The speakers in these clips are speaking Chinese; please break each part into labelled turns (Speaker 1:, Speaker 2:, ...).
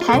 Speaker 1: 台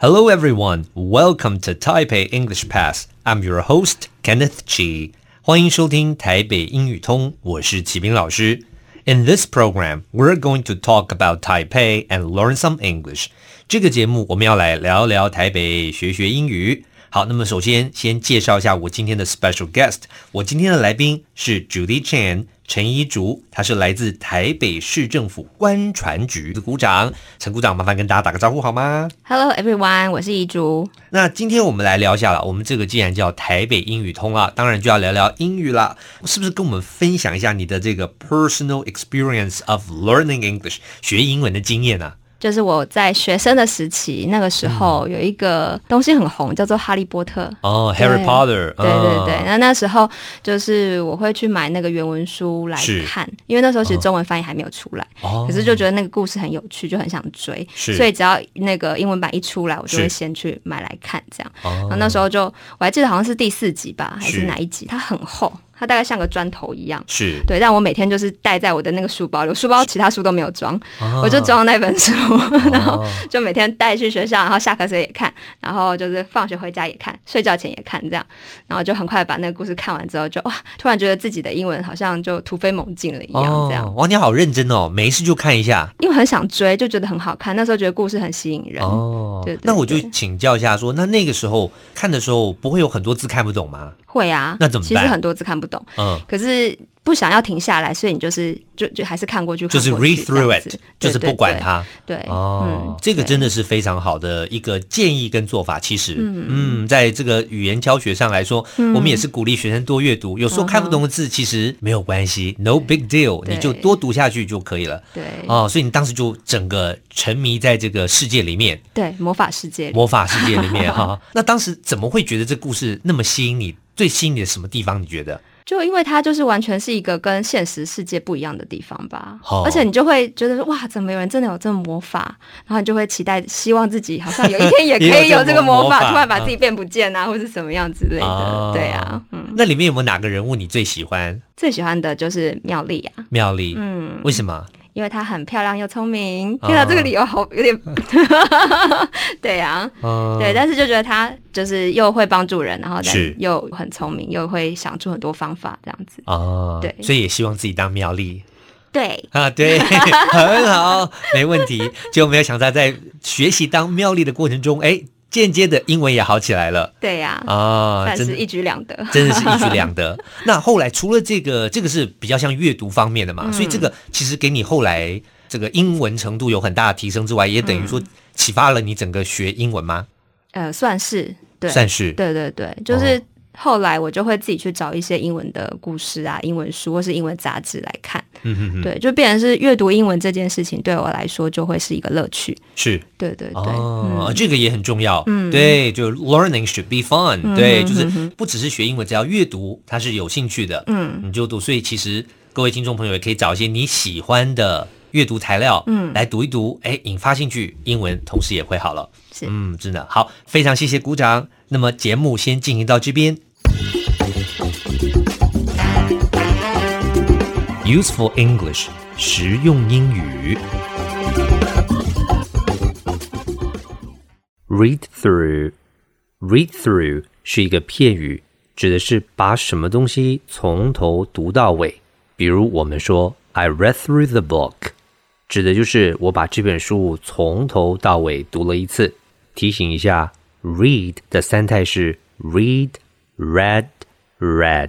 Speaker 2: Hello, everyone. Welcome to Taipei English Pass. I'm your host, Kenneth Chi. 欢迎收听台北英语通，我是齐斌老师。In this program, we're going to talk about Taipei and learn some English. 这个节目我们要来聊聊台北，学学英语。好，那么首先先介绍一下我今天的 special guest。我今天的来宾是 Judy Chan 陈怡竹，她是来自台北市政府观船局的股长。陈股长，麻烦跟大家打个招呼好吗？
Speaker 3: Hello everyone，我是怡竹。
Speaker 2: 那今天我们来聊一下了，我们这个既然叫台北英语通啊，当然就要聊聊英语啦。是不是跟我们分享一下你的这个 personal experience of learning English 学英文的经验啊？
Speaker 3: 就是我在学生的时期，那个时候
Speaker 2: 嗯
Speaker 3: 有一个东西很红，叫做《哈利波特》。
Speaker 2: 哦、h a r r y
Speaker 3: 对
Speaker 2: Potter，
Speaker 3: 对对对，
Speaker 2: 啊
Speaker 3: 那那时候就是我会去买那个原文书来
Speaker 2: 是嗯
Speaker 3: 看，因为那时候其实中文翻译还没有出来，
Speaker 2: 哦
Speaker 3: 可是就觉得那个故事很有趣，就很想追，
Speaker 2: 是
Speaker 3: 所以只要那个英文版一出来，我就会
Speaker 2: 是
Speaker 3: 先去买来看这样。
Speaker 2: 哦
Speaker 3: 然后那时候就我还记得好像是第四集吧，还
Speaker 2: 是
Speaker 3: 是哪一集？它很厚，它大概像个砖头一样。
Speaker 2: 是
Speaker 3: 对，但我每天就是带在我的那个书包里，我书包其他书都没有装，
Speaker 2: 啊嗯
Speaker 3: 我就装那本书，然后
Speaker 2: 哦
Speaker 3: 就每天带去学校，然后下课时候也看，然后就是放学回家也看，睡觉前也看，这样，然后就很快把那个故事看完之后就，哇，突然觉得自己的英文好像就突飞猛进了一样，这样。
Speaker 2: 哦，哇，你好认真哦，没事就看一下。
Speaker 3: 因为很想追，就觉得很好看。那时候觉得故事很吸引人，
Speaker 2: 哦，
Speaker 3: 对对
Speaker 2: 那我就
Speaker 3: 对
Speaker 2: 请教一下说那那个时候看的时候不会有很多字看不懂吗？
Speaker 3: 会啊。
Speaker 2: 那怎么
Speaker 3: 其实
Speaker 2: 办
Speaker 3: 很多字看不懂，
Speaker 2: 嗯，
Speaker 3: 可是不想要停下来，所以你就是就就还是看过去，
Speaker 2: 就
Speaker 3: 看
Speaker 2: 是
Speaker 3: 过啊去
Speaker 2: read
Speaker 3: 这
Speaker 2: through
Speaker 3: 样
Speaker 2: it，
Speaker 3: 子
Speaker 2: 就是不管。它。
Speaker 3: 对对对对，
Speaker 2: 哦
Speaker 3: 嗯，
Speaker 2: 这个
Speaker 3: 对
Speaker 2: 真的是非常好的一个建议跟做法。其实，嗯，在这个语言教学上来说，
Speaker 3: 嗯
Speaker 2: 我们也是鼓励学生多阅读。有时候看不懂的字，其实没有关系，no big deal，
Speaker 3: 对
Speaker 2: 你就多读下去就可以了。
Speaker 3: 对
Speaker 2: 哦，所以你当时就整个沉迷在这个世界里面，
Speaker 3: 对，魔法世界里，
Speaker 2: 魔法世界里面 哈。那当时怎么会觉得这故事那么吸引你？最吸引你的什么地方？你觉得？
Speaker 3: 就因为它就是完全是一个跟现实世界不一样的地方吧，
Speaker 2: 哦
Speaker 3: 而且你就会觉得说哇，怎么有人真的有这魔法？然后你就会期待，希望自己好像有一天也
Speaker 2: 也有
Speaker 3: 可以有
Speaker 2: 这
Speaker 3: 这
Speaker 2: 个
Speaker 3: 个
Speaker 2: 魔
Speaker 3: 魔
Speaker 2: 法
Speaker 3: 法，突然把
Speaker 2: 啊
Speaker 3: 自己变不见啊，或是怎么样之类的
Speaker 2: 哦。
Speaker 3: 对啊，嗯，
Speaker 2: 那里面有没有哪个人物你最喜欢？
Speaker 3: 最喜欢的就是妙丽啊，
Speaker 2: 妙丽，
Speaker 3: 嗯，
Speaker 2: 为什么？
Speaker 3: 因为她很漂亮又聪明。
Speaker 2: 哦
Speaker 3: 听到这个理由好有点， 对啊，
Speaker 2: 嗯
Speaker 3: 对，但是就觉得她就是又会帮助人，然后但
Speaker 2: 是
Speaker 3: 又很聪明，又会想出很多方法这样子。
Speaker 2: 哦，
Speaker 3: 对
Speaker 2: 所以也希望自己当妙丽。
Speaker 3: 对，
Speaker 2: 啊，对， 很好，没问题。结果没有想到，在学习当妙丽的过程中，哎，间接的英文也好起来了
Speaker 3: 对呀、
Speaker 2: 啊，
Speaker 3: 算
Speaker 2: 真
Speaker 3: 是一举两得。
Speaker 2: 真的是一举两得。那后来除了这个，这个是比较像阅读方面的
Speaker 3: 嗯
Speaker 2: 嘛，所以这个其实给你后来这个英文程度有很大的提升之外，也等于
Speaker 3: 嗯
Speaker 2: 说启发了你整个学英文吗？
Speaker 3: 呃，算是对，
Speaker 2: 算是哦
Speaker 3: 对对对，就是后来我就会自己去找一些英文的故事啊、英文书或是英文杂志来看，
Speaker 2: 嗯哼哼，
Speaker 3: 对，就变成是阅读英文这件事情对我来说就会是一个乐趣。
Speaker 2: 是。
Speaker 3: 对对对，
Speaker 2: 哦，
Speaker 3: 嗯，
Speaker 2: 这个也很重要。
Speaker 3: 嗯
Speaker 2: 对，就是 learning should be fun、
Speaker 3: 嗯
Speaker 2: 对，
Speaker 3: 哼
Speaker 2: 就是
Speaker 3: 嗯哼
Speaker 2: 不只是学英文，只要阅读它是有兴趣的，
Speaker 3: 嗯
Speaker 2: 你就读。所以其实各位听众朋友也可以找一些你喜欢的阅读材料，
Speaker 3: 嗯
Speaker 2: 来读一读，哎，引发兴趣，英文同时也会好了。
Speaker 3: 是
Speaker 2: 嗯，真的好，非常谢谢鼓掌。那么节目先进行到这边。Useful English，实用英语。Read through, read through 是一个片语，指的是把什么东西从头读到尾。比如我们说 "I read through the book"，指的就是我把这本书从头到尾读了一次。提醒一下，read 的三态是 read, read, read。